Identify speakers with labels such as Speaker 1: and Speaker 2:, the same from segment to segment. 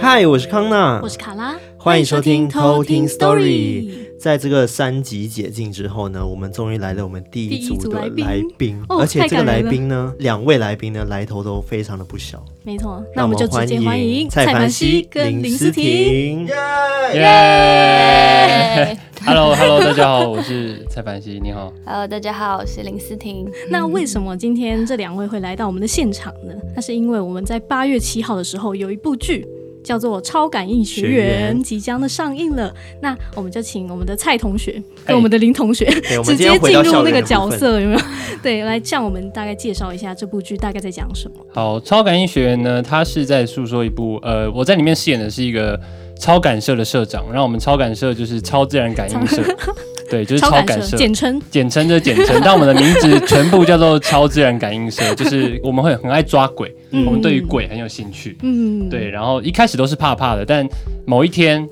Speaker 1: 嗨，我是康娜，
Speaker 2: 我是卡拉，
Speaker 1: 欢迎收听偷听 Story。在这个三级解禁之后呢，我们终于来了我们第一组的来宾，
Speaker 2: 第一组来宾哦
Speaker 1: 而且这个
Speaker 2: 太感
Speaker 1: 来
Speaker 2: 人了
Speaker 1: 宾呢，两位来宾呢来头都非常的不小。
Speaker 2: 没错，那
Speaker 1: 让
Speaker 2: 我们就直
Speaker 1: 欢
Speaker 2: 接欢迎
Speaker 1: 蔡
Speaker 2: 凡
Speaker 1: 熙
Speaker 2: 熙跟
Speaker 1: 林
Speaker 2: 林
Speaker 1: 思
Speaker 2: 思婷。
Speaker 1: 婷。
Speaker 3: 耶
Speaker 4: 耶
Speaker 3: ！Hello Hello，大家好，我是蔡凡熙，你好。
Speaker 4: Hello，大家好，我是林思婷。
Speaker 2: 那为什么今天这两位会来到我们的现场呢？那是因为我们在八月七号的时候有一部剧。叫做《超感应学
Speaker 1: 学
Speaker 2: 员
Speaker 1: 员》
Speaker 2: 即将的上映了，那我们就请我们的蔡同学
Speaker 3: 哎
Speaker 2: 跟我们的林同学、
Speaker 1: 对， 我们今
Speaker 2: 直接
Speaker 1: 天回
Speaker 2: 进
Speaker 1: 到
Speaker 2: 入
Speaker 1: 校
Speaker 2: 那
Speaker 1: 园
Speaker 2: 个
Speaker 1: 的部
Speaker 2: 角
Speaker 1: 分。
Speaker 2: 色，有没有？ 对，来向我们大概介绍一下这部剧大概在讲什么。
Speaker 3: 好，超感应学员呢，它是在诉说一部呃，我在里面饰演的是一个超感社的社长，然后我们超感社就是超自然感应 社，对，就是超感社
Speaker 2: 社，简称
Speaker 3: 简称就简称，但我们的名字全部叫做超自然感应 社，就是我们会很爱抓鬼，
Speaker 2: 嗯
Speaker 3: 我们对于鬼很有兴趣，
Speaker 2: 嗯，
Speaker 3: 对，，然后一开始都是怕怕的，但某一天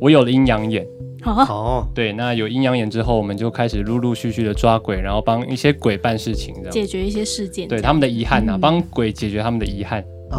Speaker 3: 我有了阴阳眼。
Speaker 2: 好、
Speaker 1: 哦，
Speaker 3: 对，那有阴阳眼之后，我们就开始陆陆续续的抓鬼，然后帮一些鬼办事情，这样
Speaker 2: 解决一些事件，
Speaker 3: 对他们的遗憾呐、
Speaker 2: 嗯
Speaker 3: 帮鬼解决他们的遗憾。
Speaker 1: 哦，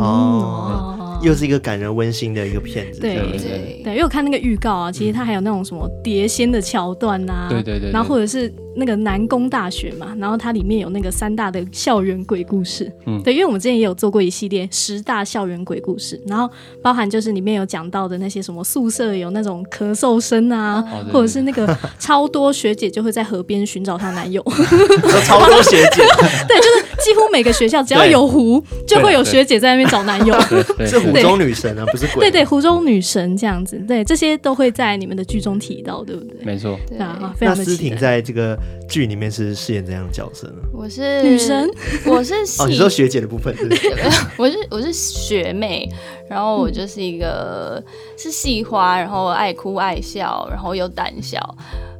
Speaker 2: 哦
Speaker 1: 又是一个感人温馨的一个片子。
Speaker 2: 对
Speaker 3: 对 对
Speaker 4: 对，
Speaker 2: 对，因为我看那个预告啊，其实它还有那种什么碟仙的桥段呐、
Speaker 3: 嗯对对对对
Speaker 2: 然后或者是那个南工大学嘛，然后它里面有那个三大的校园鬼故事，
Speaker 3: 嗯
Speaker 2: 对，因为我们之前也有做过一系列十大校园鬼故事，然后包含就是里面有讲到的那些什么宿舍有那种咳嗽声啊，
Speaker 3: 哦对
Speaker 2: 或者是那个超多学姐就会在河边寻找她男友，
Speaker 1: 都超多学姐，
Speaker 2: 对，就是几乎每个学校只要
Speaker 1: 对
Speaker 2: 有湖，就会有
Speaker 3: 对
Speaker 2: 学姐在那边找男友。
Speaker 3: 对对对
Speaker 1: 是湖
Speaker 3: 对
Speaker 1: 中女神啊，不是鬼。
Speaker 2: 对对，湖中女神这样子，对，这些都会在你们的剧中提到，对不对？
Speaker 3: 没错。
Speaker 4: 对
Speaker 2: 对啊，非
Speaker 1: 那
Speaker 2: 常的
Speaker 1: 思
Speaker 2: 期
Speaker 1: 婷
Speaker 2: 待。
Speaker 1: 在这个剧里面是饰演怎样的角色呢？
Speaker 4: 我是
Speaker 2: 女神，
Speaker 4: 我是戏
Speaker 1: 哦，你说学姐的部分，对不 对
Speaker 4: 我是我是学妹，然后我就是一个、是戏花，然后爱哭爱笑，然后又胆小。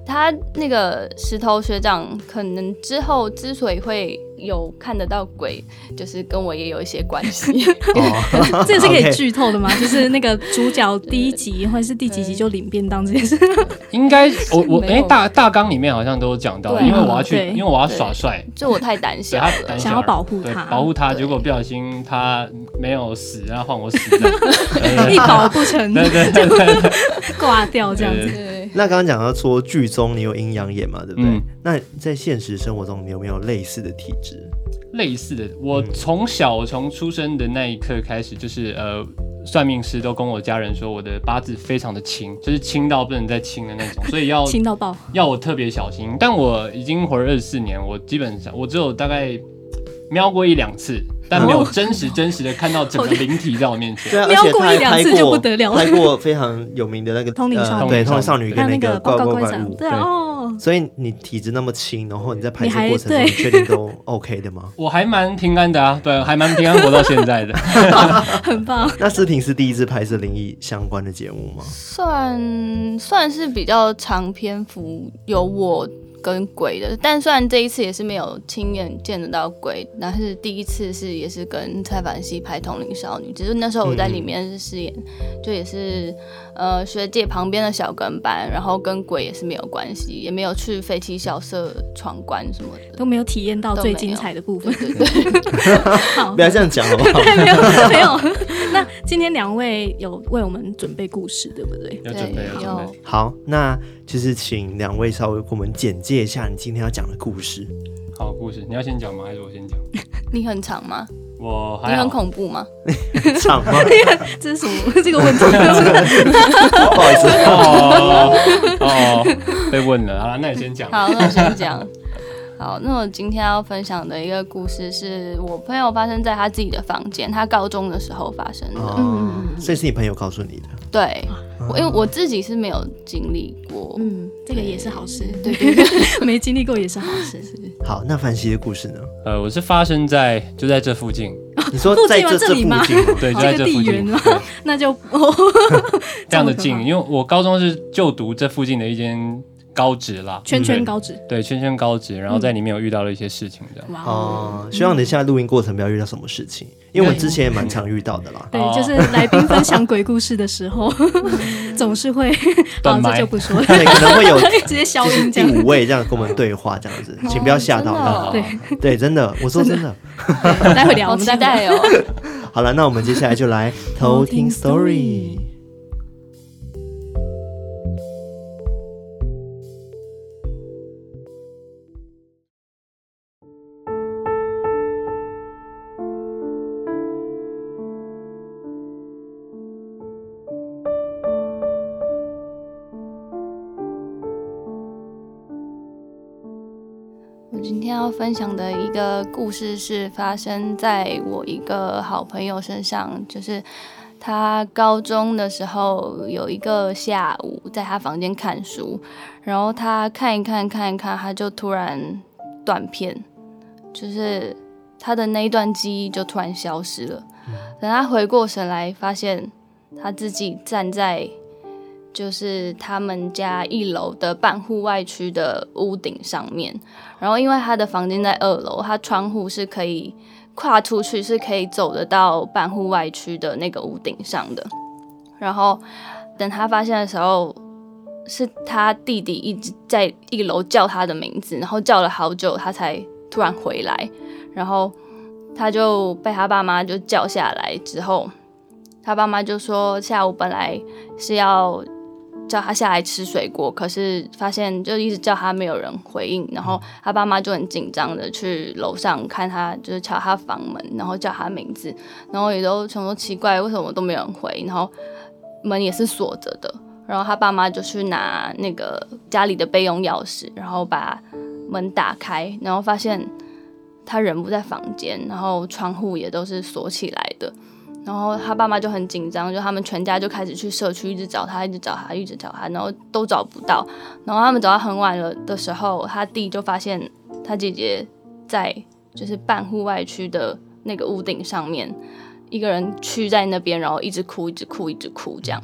Speaker 4: 他那个石头学长，可能之后之所以会有看得到鬼，就是跟我也有一些关系。
Speaker 1: 哦
Speaker 2: 这个是可
Speaker 1: OK
Speaker 2: 以剧透的吗？就是那个主角第一集或者是第几集就领便当这件事，
Speaker 3: 应该我我
Speaker 4: 没
Speaker 3: 哎、
Speaker 4: 有
Speaker 3: 大大纲里面好像都有讲到，
Speaker 4: 对啊
Speaker 3: 因为我要去
Speaker 2: 对，
Speaker 3: 因为我要耍帅。
Speaker 4: 就我太胆
Speaker 3: 所
Speaker 4: 小
Speaker 3: 以他胆
Speaker 4: 了，
Speaker 3: 小
Speaker 2: 想要保护
Speaker 3: 对
Speaker 2: 他
Speaker 3: 保护他，
Speaker 4: 对
Speaker 3: 结果不小心他没有死，然后换我死这样 对
Speaker 2: 一保不成
Speaker 3: 对对对对对，
Speaker 2: 挂掉这样子。
Speaker 4: 对，
Speaker 1: 那刚刚讲到说剧中你有阴阳眼嘛，对不对？
Speaker 3: 嗯
Speaker 1: 那在现实生活中你有没有类似的体质？
Speaker 3: 类似
Speaker 4: 嗯
Speaker 3: 的，我从小我从出生的那一刻开始，就是呃，算命师都跟我家人说我的八字非常的轻，就是轻到不能再轻的那 种，所以要
Speaker 2: 亲到爆，
Speaker 3: 要我特别小心。但我已经活了二十四年，我基本上我只有大概瞄过一两次，但
Speaker 4: 哦
Speaker 3: 没有真实真实的看到整个灵体在我面 前。
Speaker 1: 对啊，而
Speaker 2: 瞄
Speaker 1: 且
Speaker 2: 过
Speaker 1: 他还
Speaker 2: 一两
Speaker 1: 拍
Speaker 2: 次就
Speaker 1: 过
Speaker 2: 不得了了
Speaker 1: 拍过非常有名的那个
Speaker 2: 通灵少女
Speaker 1: 呃对，通灵少女
Speaker 3: 还？
Speaker 1: 跟
Speaker 2: 有那
Speaker 1: 个
Speaker 2: 报
Speaker 1: 怪
Speaker 2: 告观
Speaker 1: 怪
Speaker 2: 赏，
Speaker 1: 物。
Speaker 2: 对啊哦，
Speaker 1: 所以你体质那么轻，然后你在拍
Speaker 2: 你
Speaker 1: 摄
Speaker 2: 还
Speaker 1: 过程中，
Speaker 2: 对
Speaker 1: 你确定都 OK 的吗
Speaker 3: 我还蛮平安的啊，对，还蛮平安活到现 在的。
Speaker 2: 很棒。
Speaker 1: 那思婷是第一次拍摄灵异相关的节 目吗？
Speaker 4: 算算是比较长篇幅有我跟鬼的，但虽然这一次也是没有亲眼见得到鬼，但是第一次是也是跟蔡凡熙拍《通灵少女》，只是那时候我在里面是饰演，就也是呃学姐旁边的小跟班，然后跟鬼也是没有关系，也没有去废弃校舍闯关什么的
Speaker 2: 都。没有体验到
Speaker 4: 都
Speaker 2: 最
Speaker 4: 没有
Speaker 2: 精彩的部分，
Speaker 4: 对对 对，
Speaker 2: 好
Speaker 1: 不，要这样讲好不好？
Speaker 2: 没有 没有。那今天两位有为我们准备故事，对不对？
Speaker 3: 有准备，有
Speaker 4: 对
Speaker 3: 准备
Speaker 4: 有。
Speaker 1: 好，那就是请两位稍微给我们简介一下你今天要讲的故 事。
Speaker 3: 好，故事你要先讲吗？还是我先讲？
Speaker 4: 你很长吗？
Speaker 3: 我
Speaker 4: 你
Speaker 3: 还
Speaker 4: 很
Speaker 3: 好。
Speaker 4: 恐怖吗？
Speaker 1: 唱吗？
Speaker 2: 这是什么？这个问题？
Speaker 1: 不好意思，
Speaker 3: 哦哦，被问了，好了，那你先 讲。
Speaker 4: 好， 那我先讲。好，那我今天要分享的一个故事是我朋友发生在他自己的房间，他高中的时候发生的。
Speaker 1: 哦
Speaker 2: 嗯，
Speaker 1: 所以是你朋友告诉你的。
Speaker 4: 对，我因为我自己是没有经历过。
Speaker 2: 嗯，这个也是好事，
Speaker 4: 对对对，
Speaker 2: 没经历过也是好事。
Speaker 1: 好，那凡熙的故事呢？
Speaker 3: 呃，我是发生在就在这附近，
Speaker 1: 你说
Speaker 2: 附近
Speaker 1: 在
Speaker 2: 吗
Speaker 1: 这
Speaker 2: 这
Speaker 1: 这
Speaker 2: 里
Speaker 1: 附
Speaker 2: 吗
Speaker 1: 近 吗？
Speaker 3: 对，就
Speaker 2: 这
Speaker 3: 在
Speaker 2: 个
Speaker 3: 这
Speaker 2: 地
Speaker 3: 附
Speaker 2: 缘
Speaker 3: 近。
Speaker 2: 吗
Speaker 3: 对？
Speaker 2: 那就哦，
Speaker 3: 这样
Speaker 2: 这么可
Speaker 3: 的近
Speaker 2: 怕，
Speaker 3: 因为我高中是就读这附近的一间高职啦，
Speaker 2: 圈圈高职，
Speaker 3: 对，圈圈高职，然后在里面有遇到了一些事情，这样。
Speaker 2: 嗯哇
Speaker 1: 哦、
Speaker 2: 哦，
Speaker 1: 希望你现在录音过程不要遇到什么事情，因为我之前也蛮常遇到的啦。
Speaker 2: 对
Speaker 3: 哦，
Speaker 2: 就是来宾分享鬼故事的时 候，总是
Speaker 4: 嗯
Speaker 2: 会，好，
Speaker 3: 断
Speaker 2: 这
Speaker 3: 麦
Speaker 2: 就不说了，
Speaker 1: 对，可能会有
Speaker 2: 直接消
Speaker 1: 就
Speaker 2: 音
Speaker 1: 是
Speaker 2: 这
Speaker 1: 第
Speaker 2: 样。
Speaker 1: 五位这样跟我们对话这样子，请不要吓到。
Speaker 4: 哦
Speaker 2: 对，
Speaker 1: 对，真的，我说真的。
Speaker 2: 待会聊，我
Speaker 4: 好
Speaker 2: 们
Speaker 4: 期
Speaker 2: 待会聊
Speaker 4: 待哦。
Speaker 1: 好了，那我们接下来就来偷听 story。
Speaker 4: 我今天要分享的一个故事是发生在我一个好朋友身上，就是他高中的时候有一个下午在他房间看书，然后他看一看看一看，他就突然断片，就是他的那一段记忆就突然消失了。等他回过神来，发现他自己站在就是他们家一楼的半户外区的屋顶上面。然后因为他的房间在二楼，他窗户是可以跨出去，是可以走得到半户外区的那个屋顶上的。然后等他发现的时候，是他弟弟一直在一楼叫他的名字，然后叫了好久，他才突然回来，然后他就被他爸妈就叫下来之后，他爸妈就说下午本来是要。叫他下来吃水果，可是发现就一直叫他没有人回应，然后他爸妈就很紧张的去楼上看他，就是敲他房门，然后叫他名字，然后也都想说奇怪为什么都没有人回，然后门也是锁着的，然后他爸妈就去拿那个家里的备用钥匙，然后把门打开，然后发现他人不在房间，然后窗户也都是锁起来的，然后他爸妈就很紧张，就他们全家就开始去社区一直找他，一直找他，一直找他，然后都找不到。然后他们找到很晚了的时候，他弟就发现他姐姐在就是半户外区的那个屋顶上面，一个人屈在那边，然后一直哭，一直哭，一直哭这样。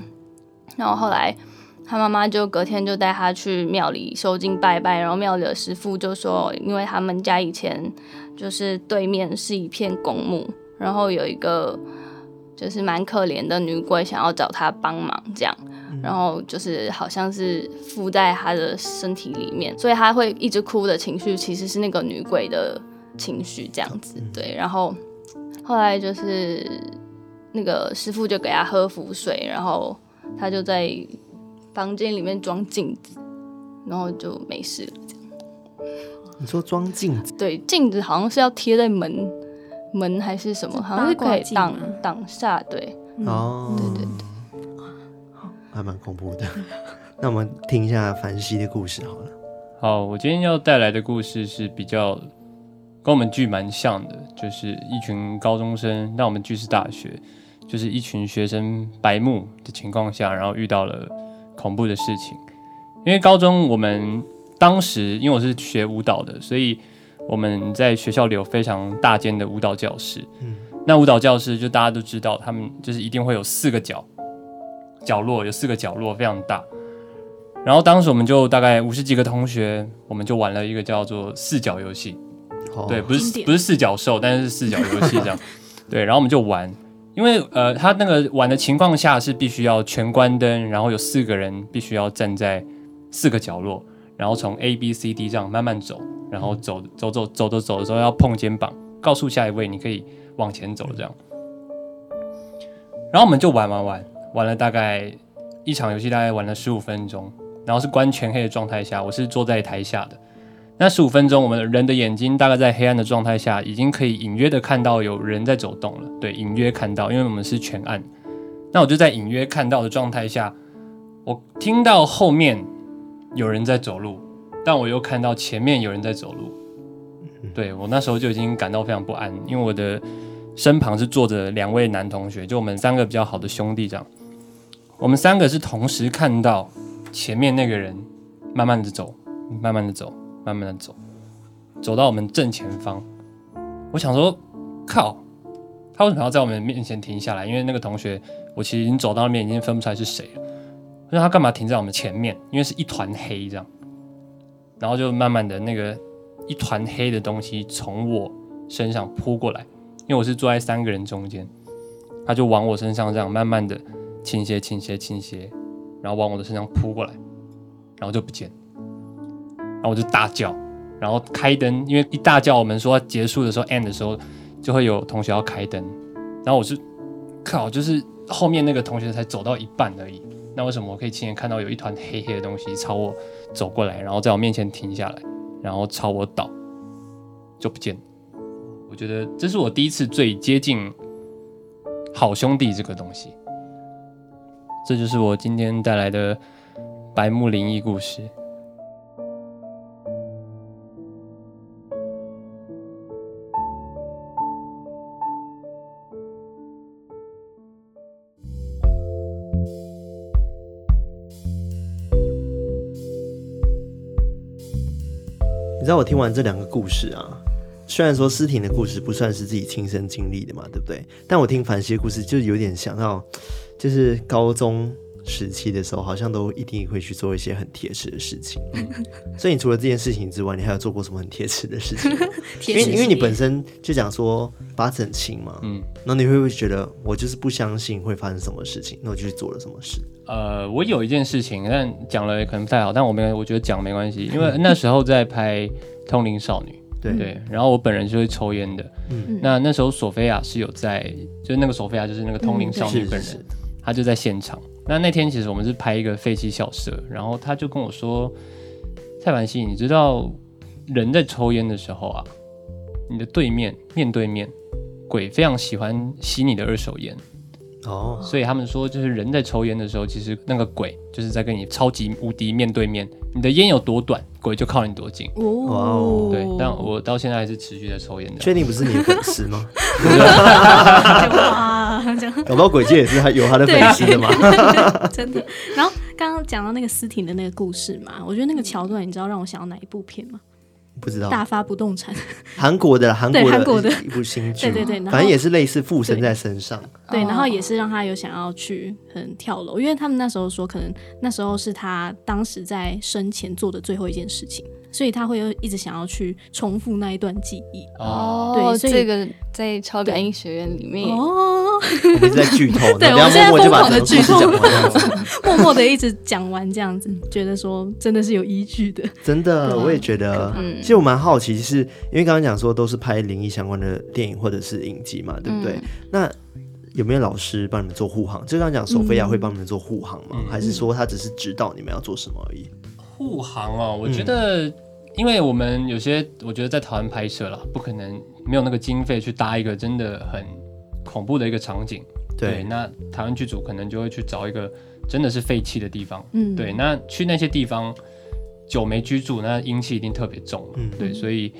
Speaker 4: 然后后来他妈妈就隔天就带他去庙里收金拜拜，然后庙里的师傅就说，因为他们家以前就是对面是一片公墓，然后有一个。就是蛮可怜的女鬼，想要找他帮忙这样，然后就是好像是附在他的身体里面，所以他会一直哭的情绪其实是那个女鬼的情绪这样子，对。然后后来就是那个师傅就给他喝符水，然后他就在房间里面装镜子，然后就没事了。
Speaker 1: 你说装镜子，
Speaker 4: 对，镜子好像是要贴在门门还是什么，好像是可以挡挡煞，对。
Speaker 1: 哦，对对对，还蛮恐怖的。 那我们听一下凡西的故事好了。
Speaker 3: 好，我今天要带来的故事是比较跟我们剧蛮像的，就是一群高中生，那我们剧是大学，就是一群学生白目的情况下，然后遇到了恐怖的事情。因为高中我们当时因为我是学舞蹈的，所以我们在学校里有非常大间的舞蹈教室。
Speaker 1: 嗯
Speaker 3: 那舞蹈教室就大家都知道，他们就是一定会有四个角角落，有四个角落非常大。然后当时我们就大概五十几个同学，我们就玩了一个叫做四角游戏。
Speaker 1: 哦
Speaker 3: 对，，不
Speaker 2: 经
Speaker 3: 是
Speaker 2: 典
Speaker 3: 不是四角兽，但是是四角游戏这样。对，然后我们就玩，因为呃，他那个玩的情况下是必须要全关灯，然后有四个人必须要站在四个角落，然后从 A B C D 这样慢慢走，然后走走走走走走的时候要碰肩膀，告诉下一位你可以往前走这样。然后我们就玩玩玩，玩了大概一场游戏大概玩了十五分钟，然后是关全黑的状态下，我是坐在台下的。那十五分钟，我们人的眼睛大概在黑暗的状态下，已经可以隐约的看到有人在走动了。对，隐约看到，因为我们是全暗。那我就在隐约看到的状态下，我听到后面有人在走路，但我又看到前面有人在走路。对我那时候就已经感到非常不安，因为我的身旁是坐着两位男同学，就我们三个比较好的兄弟这样。我们三个是同时看到前面那个人慢慢的走，慢慢的走，慢慢的走，走到我们正前方。我想说，靠，他为什么要在我们面前停下来？因为那个同学，我其实已经走到那边，已经分不出来是谁了。我说他干嘛停在我们前面？因为是一团黑这样。然后就慢慢的那个一团黑的东西从我身上扑过来，因为我是坐在三个人中间，他就往我身上这样慢慢的倾斜、倾斜、倾斜，然后往我的身上扑过来，然后就不见，然后我就大叫，然后开灯，因为一大叫我们说结束的时候 end 的时候就会有同学要开灯，然后我是靠，就是后面那个同学才走到一半而已。那为什么我可以亲眼看到有一团黑黑的东西朝我走过来，然后在我面前停下来，然后朝我倒，就不见了？我觉得这是我第一次最接近好兄弟这个东西。这就是我今天带来的白木灵异故事。
Speaker 1: 你知道我听完这两个故事啊，虽然说诗婷的故事不算是自己亲身经历的嘛，对不对？但我听凡希的故事，就有点想到，就是高中时期的时候，好像都一定会去做一些很铁齿的事 情。所以你除了这件事情之外，你还有做过什么很铁齿的事情吗？因
Speaker 2: 铁
Speaker 1: 为
Speaker 2: 齿
Speaker 1: 因为你
Speaker 2: 系列
Speaker 1: 本身就讲说把整清嘛，
Speaker 3: 嗯
Speaker 1: 然后你会不会觉得我就是不相信会发生什么事情，那我就去做了什么事？
Speaker 3: 呃，我有一件事情，但讲了可能不太好，但我没，我觉得讲没关系，因
Speaker 1: 嗯
Speaker 3: 为那时候在拍《通灵少女》，
Speaker 1: 对
Speaker 3: 对，然后我本人是会抽烟的，
Speaker 1: 嗯
Speaker 3: 那那时候索菲亚是有在，就是那个索菲亚就是那个通灵少
Speaker 1: 是
Speaker 3: 女哦本
Speaker 1: 是
Speaker 3: 人，
Speaker 1: 是，
Speaker 3: 他就在现场。那那天其实我们是拍一个废弃校舍，然后他就跟我说：“蔡凡熙，你知道人在抽烟的时候啊，你的对面面对面鬼非常喜欢吸你的二手烟，
Speaker 1: 哦，
Speaker 3: 所以他们说就是人在抽烟的时候，其实那个鬼就是在跟你超级无敌面对面，你的烟有多短，鬼就靠你多近。
Speaker 1: 哇哦
Speaker 2: 哦，
Speaker 3: 对，但我到现在还是持续在抽烟的。
Speaker 1: 确定不是你的粉丝吗？
Speaker 2: 哇，这样
Speaker 1: 搞不好鬼界也是他有他的粉丝的嘛？
Speaker 2: 真的。然后刚刚讲到那个思婷的那个故事嘛，我觉得那个桥段，你知道让我想到哪一部片吗？
Speaker 1: 不
Speaker 3: 嗯
Speaker 1: 知道，
Speaker 2: 大发不动产。
Speaker 1: 韩国的韩国的
Speaker 2: 对韩国的
Speaker 1: 一部新剧，
Speaker 2: 对对对，然后
Speaker 1: 反正也是类似附身在身上，
Speaker 2: 对，然后
Speaker 4: 哦
Speaker 2: 也是让他有想要去可能跳楼，因为他们那时候说，可能那时候是他当时在生前做的最后一件事情，所以他会有一直想要去重复那一段记忆。
Speaker 3: 哦，
Speaker 2: 对所以
Speaker 4: 这个在超感应学院里面也
Speaker 2: 哦，
Speaker 1: 我们一直在剧透，
Speaker 2: 对
Speaker 1: 你不要
Speaker 2: 我们现在
Speaker 1: 默默就把
Speaker 2: 疯狂
Speaker 1: 整个故事
Speaker 2: 地剧透
Speaker 1: 讲完了。
Speaker 2: 默默的一直讲完这样子，觉得说真的是有依据的。
Speaker 1: 真的，我也觉得。
Speaker 4: 嗯
Speaker 1: 其实我蛮好奇，就是因为刚刚讲说都是拍灵异相关的电影或者是影集嘛，对不对？
Speaker 4: 嗯
Speaker 1: 那有没有老师帮你们做护航？就刚刚讲索菲亚会帮你们做护航吗？
Speaker 3: 嗯
Speaker 1: 还是说他只是指导你们要做什么而已？
Speaker 3: 护航哦，我觉得，因为我们有些，我觉得在台湾拍摄啦，不可能没有那个经费去搭一个真的很恐怖的一个场景。
Speaker 1: 对，
Speaker 3: 那台湾剧组可能就会去找一个真的是废弃的地方。
Speaker 2: 嗯，
Speaker 3: 对，那去那些地方久没居住，那阴气一定特别重嘛。
Speaker 1: 嗯
Speaker 3: 对，所以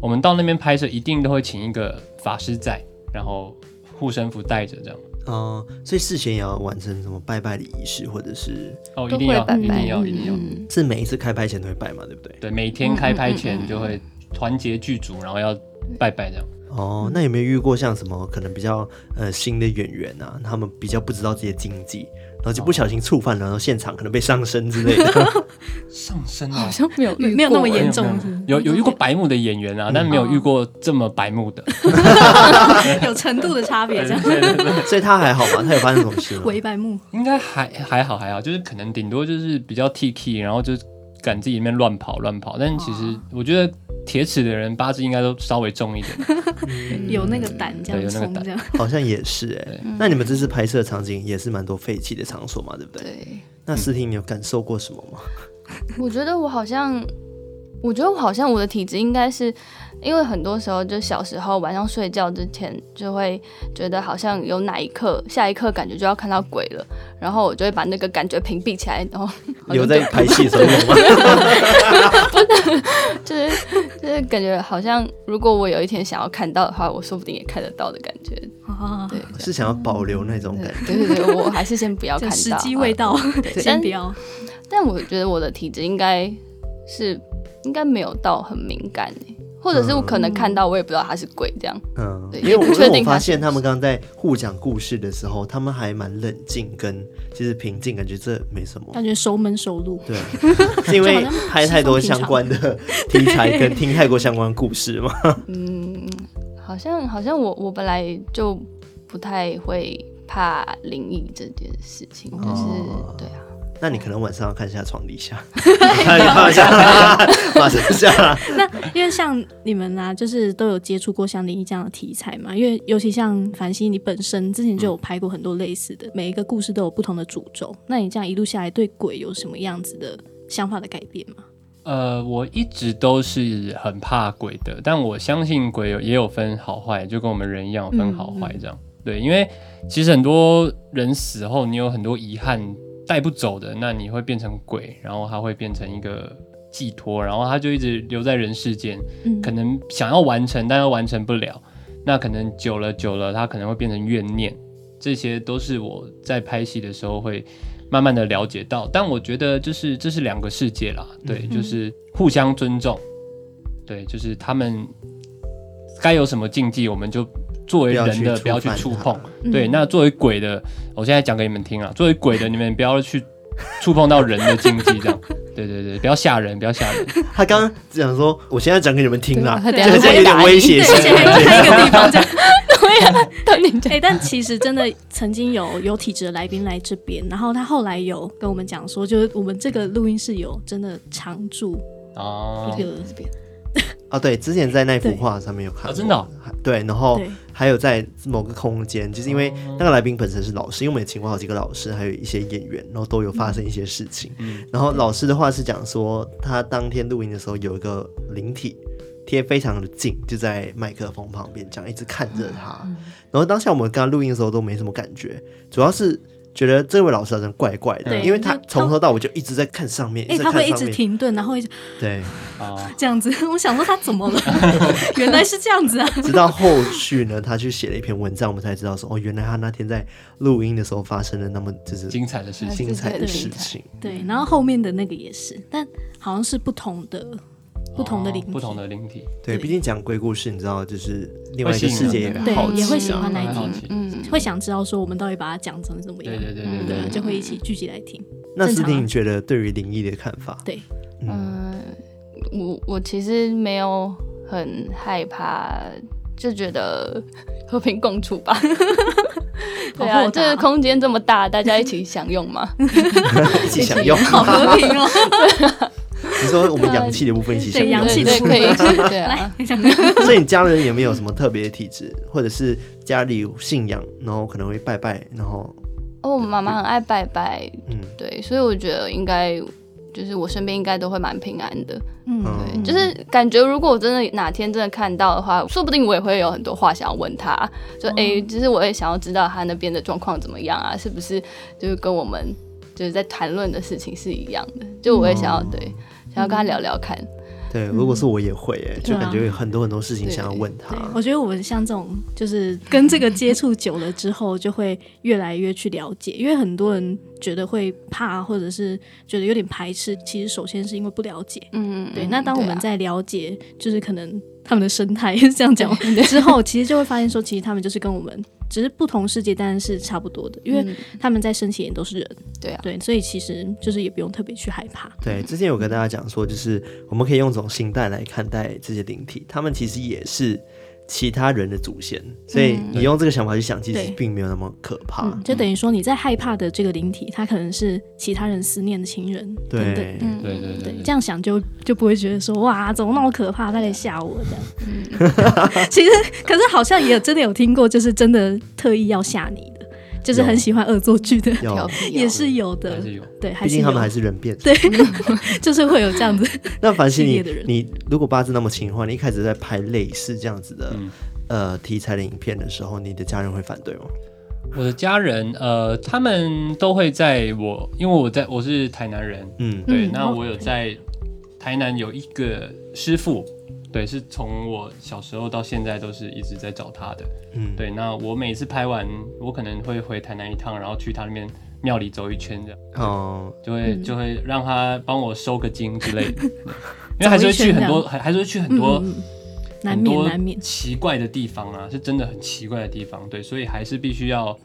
Speaker 3: 我们到那边拍摄，一定都会请一个法师在，然后护身符带着这样。
Speaker 1: 哦、所以事前也要完成什么拜拜的仪式，或者是
Speaker 3: 哦，一
Speaker 4: 都
Speaker 3: 定
Speaker 4: 会
Speaker 3: 要，
Speaker 4: 拜
Speaker 3: 一
Speaker 4: 拜，
Speaker 3: 定要，一定要。
Speaker 4: 嗯
Speaker 1: 是每一次开拍前都会拜嘛，对不对？
Speaker 3: 对，每天开拍前就会团结剧组，然后要拜拜这样。
Speaker 1: 哦，那有没有遇过像什么可能比较呃新的演员啊，他们比较不知道这些禁忌，然后就不小心触犯了，然后现场可能被上身之类的。
Speaker 3: 上身哦
Speaker 4: 好，像没有遇
Speaker 2: 没有那么
Speaker 4: 过
Speaker 2: 严
Speaker 4: 欸
Speaker 2: 重，
Speaker 3: 有有遇过白目的演员
Speaker 4: 嗯
Speaker 3: 啊，但没有遇过这么白目的。
Speaker 2: 有程度的差别，这样
Speaker 1: 所以他还好嘛，他有发生什么事 吗？
Speaker 2: 为白目。
Speaker 3: 应该还还好还好，就是可能顶多就是比较 T K，然后就敢自己那边乱跑乱跑。但其实我觉得铁齿的人八字应该都稍微重一点。
Speaker 2: 有那个胆这
Speaker 3: 嗯
Speaker 2: 样
Speaker 3: 对有那个
Speaker 2: 冲
Speaker 3: 胆
Speaker 2: 这样，
Speaker 1: 好像也是哎、
Speaker 4: 嗯
Speaker 1: 那你们这次拍摄场景也是蛮多废弃的场所嘛，对不对？
Speaker 4: 对，
Speaker 1: 那思婷，你有感受过什么吗？
Speaker 4: 我觉得我好像，我觉得我好像我的体质应该是，因为很多时候就小时候晚上睡觉之前就会觉得好像有哪一刻下一刻感觉就要看到鬼了，然后我就会把那个感觉屏蔽起来，然后我就
Speaker 1: 有在拍戏的时候有吗？
Speaker 4: 就是就是感觉好像如果我有一天想要看到的话，我说不定也看得到的感觉。
Speaker 2: 啊，
Speaker 4: 对，
Speaker 1: 是想要保留那种感觉。
Speaker 4: 对对对，我还是先不要
Speaker 2: 就
Speaker 4: 看到。
Speaker 2: 时
Speaker 3: 啊
Speaker 2: 机未到，先
Speaker 3: 哎
Speaker 2: 不要。
Speaker 4: 但我觉得我的体质应该是应该没有到很敏感、欸、或者是我可能看到我也不知道他是鬼这样。
Speaker 1: 嗯，
Speaker 4: 对
Speaker 1: 因为我
Speaker 4: 不
Speaker 1: 因
Speaker 4: 确定
Speaker 1: 为我发
Speaker 4: 他是
Speaker 1: 现
Speaker 4: 不
Speaker 1: 他们
Speaker 4: 是
Speaker 1: 刚刚在互讲故事的时候，他们还蛮冷静跟其实平静，感觉这没什么。
Speaker 2: 感觉熟门熟路。
Speaker 1: 对，是因为
Speaker 2: 就好像
Speaker 1: 拍太多相关的题材跟听太多相关的故事嘛。
Speaker 4: 嗯，好像好像我我本来就不太会怕灵异这件事情，就是、
Speaker 1: 哦
Speaker 4: 对啊，
Speaker 1: 那你可能晚上要看一下床底下，看一下下，马上 下。
Speaker 2: 因为像你们啊，就是都有接触过像灵异这样的题材嘛。因为尤其像凡希，你本身之前就有
Speaker 3: 嗯
Speaker 2: 拍过很多类似的，每一个故事都有不同的主轴。那你这样一路下来，对鬼有什么样子的想法的改变吗？
Speaker 3: 呃，我一直都是很怕鬼的，但我相信鬼有也有分好坏，就跟我们人一样有分好坏这样。对，因为其实很多人死后，你有很多遗憾带不走的，那你会变成鬼，然后它会变成一个寄托，然后它就一直留在人世间，
Speaker 2: 嗯，
Speaker 3: 可能想要完成，但又完成不了。那可能久了久了，它可能会变成怨念，这些都是我在拍戏的时候会慢慢的了解到。但我觉得就是这是两个世界啦，
Speaker 1: 嗯
Speaker 3: 对，就是互相尊重，对，就是他们该有什么禁忌，我们就作为人的不
Speaker 1: 不
Speaker 3: 要
Speaker 1: 要
Speaker 3: 去
Speaker 1: 去触
Speaker 3: 触
Speaker 1: 犯它嗯
Speaker 3: 碰。对，那作为鬼的，我现在讲给你们听啊，作为鬼的，你们不要去触碰到人的禁 忌，这样，对对对，不要吓人，不要吓人。
Speaker 1: 他刚刚讲说，我现在讲给你们听啦，
Speaker 4: 对
Speaker 1: 这
Speaker 4: 啊
Speaker 1: 个
Speaker 4: 他等下
Speaker 1: 有点威
Speaker 2: 对，
Speaker 1: 胁性
Speaker 2: 而。且还在一个地方这样。
Speaker 4: 到底在
Speaker 2: 哎、但其实真的曾经有有体质的来宾来这边，然后他后来有跟我们讲说，就是我们这个录音室有真的常驻
Speaker 3: 哦
Speaker 2: 一，个
Speaker 4: 这边？
Speaker 1: 啊，对，之前在那幅
Speaker 2: 对
Speaker 1: 画上面有看过、
Speaker 3: 啊真的哦
Speaker 1: 对，然后
Speaker 2: 对
Speaker 1: 还有在某个空间，就是因为那个来宾本身是老师，因为我们也请过好几个老师，还有一些演员，然后都有发生一些事情。
Speaker 3: 嗯
Speaker 1: 然后老师的话是讲说，他当天录音的时候有一个灵体贴非常的近，就在麦克风旁边，这样一直看着他。然后当下我们跟他录音的时候都没什么感觉，主要是。觉得这位老师好像怪怪的，
Speaker 2: 对
Speaker 1: 因为他
Speaker 2: 就
Speaker 1: 从头到尾就一直在看上面，
Speaker 2: 哎、
Speaker 1: 直
Speaker 2: 他
Speaker 1: 看
Speaker 2: 会一
Speaker 1: 上
Speaker 2: 直
Speaker 1: 面。
Speaker 2: 停顿，然后一直
Speaker 1: 对，
Speaker 3: 哦，
Speaker 2: 这样子。 我想说他怎 么了？原来是这样子啊！
Speaker 1: 直到后续呢，他去写了一篇文章，我们才知道说，哦，原来他那天在录音的时候发生了那么就是
Speaker 3: 精彩的事情。
Speaker 1: 精
Speaker 2: 啊
Speaker 1: 彩的
Speaker 4: 对
Speaker 1: 事情。
Speaker 2: 对，然后后面的那个也是，但好像是不同的不同的
Speaker 3: 哦
Speaker 2: 灵体，
Speaker 3: 不同的灵体，
Speaker 1: 对，
Speaker 2: 对
Speaker 1: 毕竟讲鬼故事，你知道，就是另外一
Speaker 3: 会吸
Speaker 1: 个
Speaker 3: 引
Speaker 1: 世界
Speaker 3: 人
Speaker 2: 对
Speaker 1: 好
Speaker 2: 也会
Speaker 1: 奇
Speaker 2: 喜
Speaker 1: 啊
Speaker 2: 欢那一
Speaker 3: 好
Speaker 2: 集，
Speaker 3: 奇。
Speaker 4: 嗯，
Speaker 2: 会想知道说我们到底把它讲成怎么样
Speaker 3: 对，对对对
Speaker 2: 对，嗯
Speaker 3: 对，
Speaker 2: 就会一起聚集来听。
Speaker 1: 那
Speaker 2: 正
Speaker 1: 思
Speaker 2: 常啊
Speaker 1: 婷，你觉得对于灵异的看法？
Speaker 2: 对，
Speaker 1: 嗯，
Speaker 4: 嗯，我我其实没有很害怕，就觉得 和平共处 吧。对
Speaker 2: 好
Speaker 4: 啊，
Speaker 2: 豁
Speaker 4: 这个
Speaker 2: 达哦
Speaker 4: 空间这么大，大家一起享用 嘛。
Speaker 1: 一起享用。
Speaker 2: 好和平哦，
Speaker 1: 你说我们阳气的部分一起享
Speaker 2: 对阳
Speaker 1: 用，
Speaker 2: 气
Speaker 4: 对，
Speaker 2: 的
Speaker 4: 对可以 一起， 对啊
Speaker 2: 来。，讲
Speaker 1: 所以你家人有没有什么特别的体质，或者是家里有信仰，然后可能会拜拜，然后
Speaker 4: 哦，我妈妈很爱拜拜，
Speaker 1: 嗯，
Speaker 4: 对，所以我觉得应该就是我身边应该都会蛮平安的，
Speaker 2: 嗯，
Speaker 1: 嗯
Speaker 4: 就是感觉如果我真的哪天真的看到的话，说不定我也会有很多话想要问他，就
Speaker 1: 嗯
Speaker 4: 哎、诶就是我也想要知道他那边的状况怎么样啊，是不是就是跟我们就是在谈论的事情是一样的，就我也想要、对，
Speaker 1: 嗯
Speaker 4: 想要跟他聊聊看，
Speaker 1: 对，如果是我也会，哎，就
Speaker 2: 对啊
Speaker 1: 感觉有很多很多事情想要问
Speaker 2: 对
Speaker 1: 他，。
Speaker 2: 我觉得我们像这种，就是跟这个接触久了之后，就会越来越去了解。因为很多人觉得会怕，或者是觉得有点排斥，其实首先是因为不了解。
Speaker 4: 嗯，
Speaker 2: 对，那当我们
Speaker 4: 在
Speaker 2: 在了解，就是可能他们的生态 是这样讲吗之后，其实就会发现说，其实他们就是跟我们只是不同世界，但是是差不多的，因为他们在生前也都是人，
Speaker 4: 嗯对啊
Speaker 2: 对，所以其实就是也不用特别去害怕。
Speaker 1: 对，之前有跟大家讲说，就是我们可以用这种心态来看待这些灵体，他们其实也是其他人的祖先，所以你用这个想法去想，其实
Speaker 2: 嗯对
Speaker 1: 并没有那么可怕。
Speaker 2: 嗯，就等于说你在害怕的这个灵体，它可能是其他人思念的情人等等
Speaker 1: 对
Speaker 2: 的。，嗯
Speaker 3: 对对对
Speaker 2: 对，
Speaker 3: 对
Speaker 2: 这样想就就不会觉得说哇，怎么那么可怕，他来吓我 这样。 其实，可是好像也有真的有听过，就是真的特意要吓你的，就是很喜欢恶作剧的，
Speaker 4: 啊
Speaker 1: 有，
Speaker 2: 也是有
Speaker 3: 还
Speaker 2: 的。
Speaker 3: 是有。
Speaker 2: 对，还
Speaker 1: 毕
Speaker 2: 是
Speaker 1: 竟
Speaker 2: 有，
Speaker 1: 他们还是人变。
Speaker 2: 对， 就是会有这样子。
Speaker 1: 那凡
Speaker 2: 系
Speaker 1: 西
Speaker 2: 列的
Speaker 1: 你
Speaker 2: 人
Speaker 1: 你如果八字那么轻的话，你一开始在拍类似这样子的、
Speaker 3: 嗯
Speaker 1: 呃题材的影片的时候，你的家人会反对吗？
Speaker 3: 我的家人，呃，他们都会在我，因为我在我是台南人，
Speaker 1: 嗯，
Speaker 3: 对，
Speaker 2: 嗯
Speaker 3: 那
Speaker 2: 哦
Speaker 3: 我有在台南有一个师傅，对，是从我小时候到现在都是一直在找他的。
Speaker 1: 嗯
Speaker 3: 对，那我每次拍完，我可能会回台南一趟，然后去他那边庙里走一圈，这样
Speaker 1: 哦，
Speaker 3: 就会
Speaker 2: 嗯
Speaker 3: 就 会让他帮我收个经之类的，对因为还是会去很多，还还是会去很多
Speaker 2: 嗯嗯难
Speaker 3: 很
Speaker 2: 免
Speaker 3: 多
Speaker 2: 难免，
Speaker 3: 奇怪的地方啊，是真的很奇怪的地方。对，所以还是必须要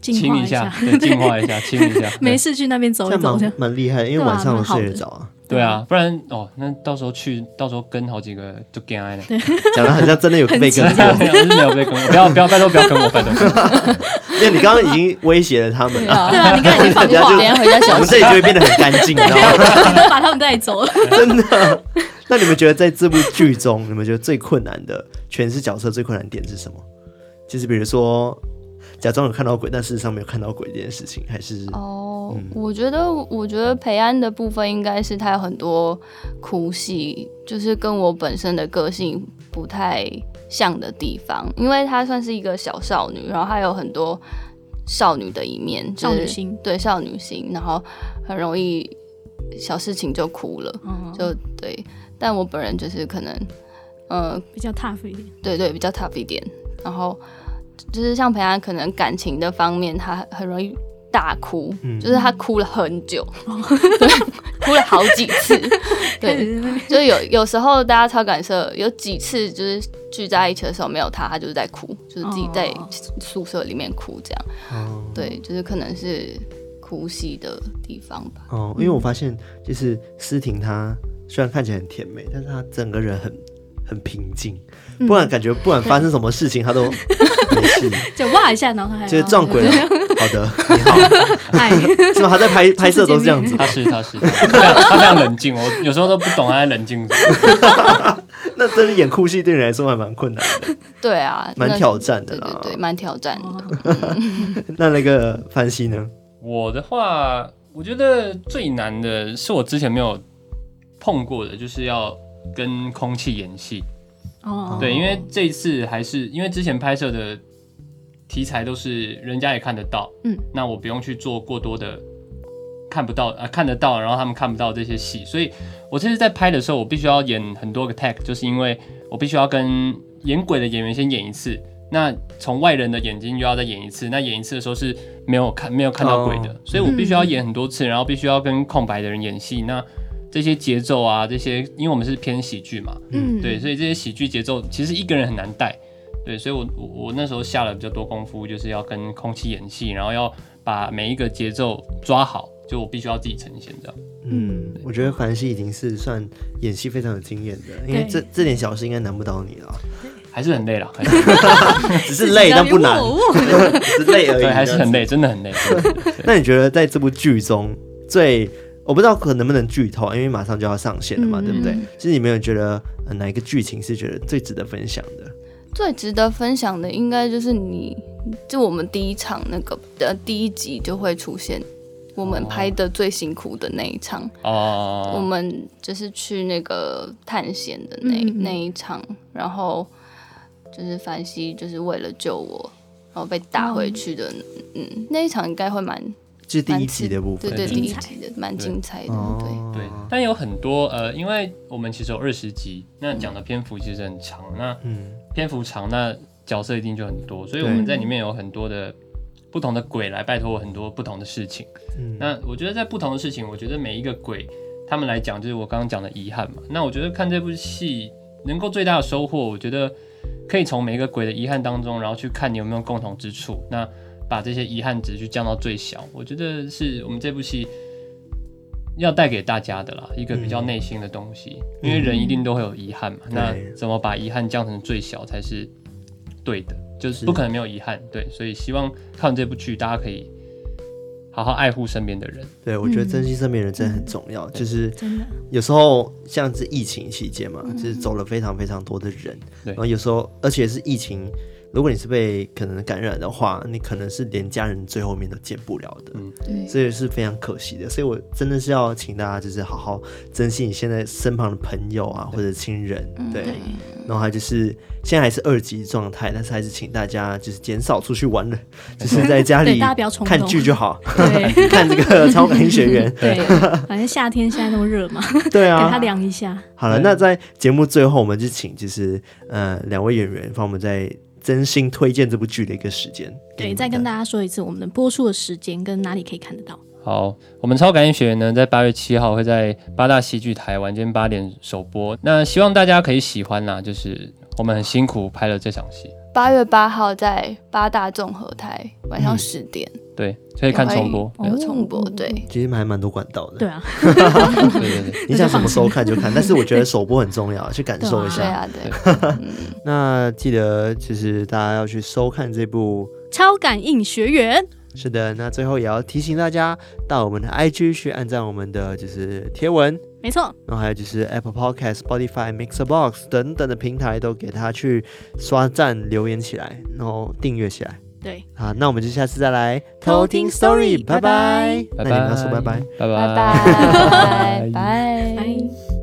Speaker 2: 净
Speaker 3: 清
Speaker 2: 化
Speaker 3: 一下，对，
Speaker 2: 对，
Speaker 3: 净化一下，清一下。
Speaker 2: 没事去那边走
Speaker 1: 这样
Speaker 2: 一走，这样
Speaker 1: 蛮蛮厉害的，因为
Speaker 2: 对啊
Speaker 1: 晚上
Speaker 2: 蛮好
Speaker 1: 睡得
Speaker 2: 的
Speaker 1: 着啊，
Speaker 3: 对啊，不然哦，那到时候去，到时候跟好几个就跟爱了。
Speaker 1: 讲的好像真 的有被
Speaker 2: 很紧
Speaker 1: 跟
Speaker 3: 没有
Speaker 1: 过，
Speaker 3: 没有是没有被跟，不要不要，拜托不要跟我，拜托。
Speaker 1: 因为你刚刚已经威胁了他们
Speaker 4: 对
Speaker 1: 了，
Speaker 4: 啊，
Speaker 2: 对啊，你刚才已经放
Speaker 1: 人家
Speaker 2: 话
Speaker 1: 就
Speaker 4: 等一下回家
Speaker 1: 我
Speaker 4: 小
Speaker 1: 们
Speaker 4: 心。
Speaker 1: 这里就会变得很干净，你知道吗？
Speaker 2: 你都把他们带走 了。
Speaker 1: 真的。那你们觉得在这部剧中，你们觉得最困难的诠释角色最困难的点是什么？就是比如说假装有看到鬼，但事实上没有看到鬼这件事情，还是
Speaker 4: 哦
Speaker 1: 嗯，
Speaker 4: 我觉得，我觉得培安的部分应该是他有很多哭戏，就是跟我本身的个性不太像的地方，因为她算是一个小少女，然后她有很多少女的一面，就是
Speaker 2: 少女心
Speaker 4: 对少女心，然后很容易小事情就哭了，
Speaker 2: 嗯，
Speaker 4: 就对。但我本人就是可能，呃，
Speaker 2: 比较 tough 一点，
Speaker 4: 对对，比较 tough 一点。然后就是像培安，可能感情的方面，他很容易大哭，
Speaker 1: 嗯
Speaker 4: 就是他哭了很久， 对，哭了好几次，
Speaker 2: 开
Speaker 4: 对。
Speaker 2: 始在那边
Speaker 4: 就是有有时候大家超感受，有几次就是聚在一起的时候没有他，他就是在哭，就是自己在
Speaker 2: 哦
Speaker 4: 宿舍里面哭这样。
Speaker 1: 哦
Speaker 4: 对，就是可能是哭戏的地方吧。
Speaker 1: 哦，因为我发现就是思婷她虽然看起来很甜美，但是她整个人很很平静，
Speaker 4: 嗯
Speaker 1: 不然感觉不管发生什么事情，她 都没事，
Speaker 2: 就哇一下，然后还
Speaker 1: 就是撞鬼了。好 的，你好，
Speaker 2: 哎，
Speaker 1: 是吗？她在拍拍摄都是这样子，
Speaker 3: 他是他是，他非常他非常冷静，我有时候都不懂他在冷静什么。
Speaker 1: 那真的演哭戏对你来说还蛮困难的，
Speaker 4: 对啊，
Speaker 1: 蛮
Speaker 4: 那
Speaker 1: 挑战的啊
Speaker 4: 对
Speaker 1: 啦
Speaker 4: 对。对，蛮挑战的。
Speaker 1: 那那个范西呢？
Speaker 3: 我的话，我觉得最难的是我之前没有碰过的，就是要跟空气演戏。
Speaker 2: 哦，
Speaker 3: 对，因为这一次还是因为之前拍摄的题材都是人家也看得到，
Speaker 2: 嗯，
Speaker 3: 那我不用去做过多的看不到啊、呃看得到，然后他们看不到这些戏，所以我这次在拍的时候，我必须要演很多个 tag，就是因为我必须要跟演鬼的演员先演一次。那从外人的眼睛又要再演一次，那演一次的时候是没有看没有看到鬼的，
Speaker 1: 哦
Speaker 3: 所以我必须
Speaker 2: 嗯
Speaker 3: 要演很多次，然后必须要跟空白的人演戏。那这些节奏啊，这些因为我们是偏喜剧嘛，
Speaker 2: 嗯，
Speaker 3: 对，所以这些喜剧节奏其实一个人很难带，对，所以我我我那时候下了比较多功夫，就是要跟空气演戏，然后要把每一个节奏抓好，就我必须要自己呈现这样。
Speaker 1: 嗯，我觉得凡西已经是算演戏非常有经验的，因为
Speaker 2: 对
Speaker 1: 这这点小事应该难不倒你了，
Speaker 3: 还是很累了，还是很累哎
Speaker 1: 只是累但不难，
Speaker 2: 我我
Speaker 1: 只 是累而已，
Speaker 3: 对，还是很累，真的很累。真的很累
Speaker 1: 那你觉得在这部剧中最，我不知道可能不能剧透，啊因为马上就要上线了嘛，
Speaker 2: 嗯
Speaker 1: 对不对
Speaker 4: 嗯？
Speaker 1: 其实你没有觉得、呃、哪一个剧情是觉得最值得分享的？
Speaker 4: 最值得分享的应该就是你，就我们第一场那个的第一集就会出现我们拍的最辛苦的那一场，我
Speaker 3: 哦，
Speaker 4: 们就是去那个探险的那、
Speaker 2: 嗯嗯嗯
Speaker 4: 那一场，然后就是凡西就是为了救我，然后被打
Speaker 2: 哦
Speaker 4: 回去的，嗯，那一场应该会蛮
Speaker 1: 就是第一集的部
Speaker 4: 对
Speaker 1: 分，啊
Speaker 4: 对
Speaker 3: 很
Speaker 4: 第一
Speaker 2: 精彩
Speaker 4: 集的蛮精彩的，对。
Speaker 1: 哦，
Speaker 3: 对，但有很多呃，因为我们其实有二十集，那讲的篇幅其实很长，那
Speaker 1: 嗯，
Speaker 3: 篇幅长，那角色一定就很多，所以我
Speaker 1: 对
Speaker 3: 们在里面有很多的不同的鬼来拜托我很多不同的事情。
Speaker 1: 嗯
Speaker 3: 那我觉得在不同的事情，我觉得每一个鬼他们来讲，就是我刚刚讲的遗憾嘛。那我觉得看这部戏能够最大的收获，我觉得可以从每一个鬼的遗憾当中，然后去看你有没有共同之处。那把这些遗憾值去降到最小，我觉得是我们这部戏要带给大家的啦，一个比较内心的东西。因为人一定都会有遗憾嘛，那
Speaker 1: 对
Speaker 3: 怎么把遗憾降成最小才是对的？就是
Speaker 1: 是
Speaker 3: 不可能没有遗憾，对。所以希望看完这部剧，大家可以好好爱护身边的人。
Speaker 1: 对，我觉得
Speaker 2: 嗯
Speaker 1: 珍惜身边人真的很重要，就是
Speaker 2: 真的，
Speaker 1: 有时候像是疫情期间嘛，就是走了非常非常多的人，
Speaker 3: 嗯对
Speaker 1: 然后有时候而且是疫情，如果你是被可能感染的话，你可能是连家人最后面都见不了的，
Speaker 3: 嗯
Speaker 4: 对
Speaker 1: 这也是非常可惜的。所以我真的是要请大家就是好好珍惜你现在身旁的朋友啊或者亲人，
Speaker 2: 嗯
Speaker 1: 对。然后还就是现在还是二级状态，但是还是请大家就是减少出去玩了，就是在家
Speaker 2: 对
Speaker 1: 里
Speaker 2: 大家不要冲动
Speaker 1: 看剧就好，
Speaker 2: 对
Speaker 1: 看这个《超感学园》。
Speaker 2: 对，反正夏天现在那么热嘛，
Speaker 1: 对
Speaker 2: 给
Speaker 1: 啊，
Speaker 2: 它凉一下。
Speaker 1: 好了，
Speaker 3: 对
Speaker 1: 那在节目最后，我们就请就是呃两位演员帮我们在真心推荐这部剧的一个时间。
Speaker 2: 对，再跟
Speaker 1: 家
Speaker 2: 大家说一次，我们的播出的时间跟哪里可以看得到。
Speaker 3: 好，我们超感应学员呢，在八月七号会在八大戏剧台晚间八点首播，那希望大家可以喜欢啦，就是我们很辛苦拍了这场戏，
Speaker 4: 八月八号在八大综合台晚上
Speaker 1: 嗯
Speaker 4: 十点、
Speaker 3: 对，可以看重播，
Speaker 2: 哦
Speaker 4: 有重播，对，
Speaker 1: 其实还蛮多管道的。
Speaker 2: 对啊，
Speaker 3: 对对对。
Speaker 1: 你想什么时候看就看，但是我觉得首播很重要，去感受一
Speaker 4: 对
Speaker 1: 下。
Speaker 4: 啊，对，嗯，
Speaker 1: 那记得就是大家要去收看这部。
Speaker 2: 超感应学员，
Speaker 1: 是的，那最后也要提醒大家到我们的 IG 去按赞我们的就是贴文，
Speaker 2: 没错，
Speaker 1: 然后还有就是 Apple Podcast、Spotify、Mixer Box 等等的平台都给它去刷赞、留言起来，然后订阅起来。
Speaker 2: 对，
Speaker 1: 好，那我们就下次再来
Speaker 2: 偷听 story，
Speaker 1: 拜
Speaker 2: 拜拜
Speaker 1: 那你们要说拜拜。
Speaker 3: 拜拜
Speaker 4: 拜拜拜拜。
Speaker 2: 拜。